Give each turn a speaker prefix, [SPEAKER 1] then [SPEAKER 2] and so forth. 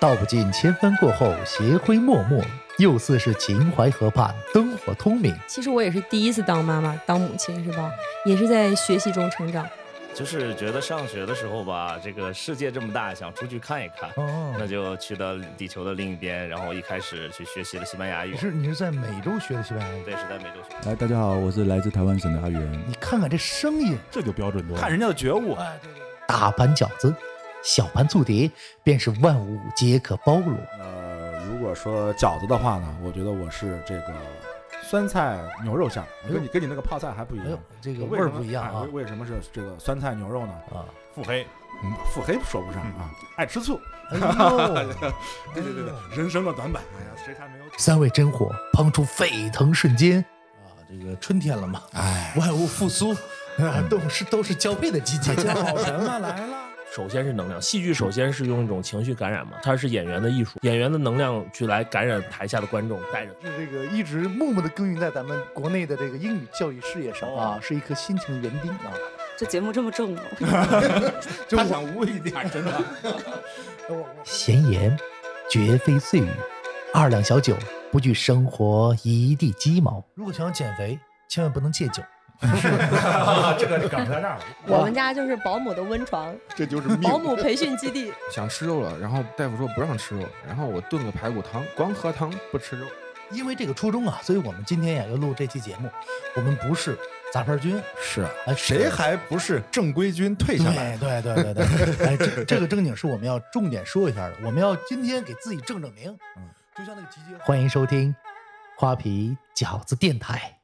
[SPEAKER 1] 道不尽千帆过后，斜晖脉脉，又似是秦淮河畔灯火通明。
[SPEAKER 2] 其实我也是第一次当妈妈，当母亲是吧？也是在学习中成长。
[SPEAKER 3] 就是觉得上学的时候吧，这个世界这么大，想出去看一看，
[SPEAKER 1] 嗯
[SPEAKER 4] 哦
[SPEAKER 3] 那就去到地球的另一边，然后一开始去学习了西班牙语
[SPEAKER 4] 你。是你是在美洲学的西班牙语，
[SPEAKER 3] 对，是在美洲学。
[SPEAKER 5] 来，大家好，我是来自台湾省的阿元，
[SPEAKER 4] 你看看这声音，
[SPEAKER 5] 这就标准多了。
[SPEAKER 6] 看人家的觉悟，
[SPEAKER 4] 哎，对对对，
[SPEAKER 1] 大盘饺子，小盘醋碟，便是万物皆可包罗。
[SPEAKER 6] 呃，如果说饺子的话呢，我觉得我是这个酸菜牛肉馅儿，
[SPEAKER 4] 呦
[SPEAKER 6] 跟你跟你那个泡菜还不一
[SPEAKER 1] 哎哎呦
[SPEAKER 6] 样，，
[SPEAKER 1] 这个
[SPEAKER 6] 为
[SPEAKER 1] 味
[SPEAKER 6] 什
[SPEAKER 1] 儿
[SPEAKER 6] 么
[SPEAKER 1] 不一样
[SPEAKER 6] 哎
[SPEAKER 1] 啊
[SPEAKER 6] 为为什么是这个酸菜牛肉呢？
[SPEAKER 1] 啊！
[SPEAKER 5] 腹黑，
[SPEAKER 6] 嗯，腹黑说不上啊，爱吃醋。
[SPEAKER 1] 哎呦
[SPEAKER 6] 对对对对，人生的短板，哎呀，谁还没有？
[SPEAKER 1] 三味真火烹出沸腾瞬间，
[SPEAKER 7] 啊，这个春天了嘛，
[SPEAKER 6] 哎，
[SPEAKER 7] 万物复苏，
[SPEAKER 1] 啊，都是都是交配的季节。
[SPEAKER 4] 好神嘛来了，
[SPEAKER 8] 首先是能量，戏剧首先是用一种情绪感染嘛，它是演员的艺术，演员的能量去来感染台下的观众，带着。
[SPEAKER 4] 是这个一直默默的耕耘在咱们国内的这个英语教育事业上啊，
[SPEAKER 1] 哦
[SPEAKER 4] 是一颗辛勤的园丁啊。
[SPEAKER 9] 这节目这么正吗？
[SPEAKER 4] 就我
[SPEAKER 7] 污一点，真的。
[SPEAKER 4] 我我
[SPEAKER 1] 闲言绝非碎语，二两小酒不惧生活一地鸡毛。如果想要减肥，千万不能戒酒。
[SPEAKER 4] 这个赶不上趟了。
[SPEAKER 2] 我们家就是保姆的温床，
[SPEAKER 10] 这就是命。
[SPEAKER 2] 保姆培训基地。
[SPEAKER 11] 想吃肉了，然后大夫说不让吃肉，然后我炖个排骨汤，光喝汤不吃肉。
[SPEAKER 1] 因为这个初衷啊，所以我们今天呀要录这期节目。我们不是杂牌军，
[SPEAKER 10] 是啊，
[SPEAKER 1] 哎，
[SPEAKER 10] 谁还不是正规军退下来？
[SPEAKER 1] 对对对对 对，哎，这这个正经是我们要重点说一下的，我们要今天给自己正正名。嗯，就像那个集结。欢迎收听花皮饺子电台。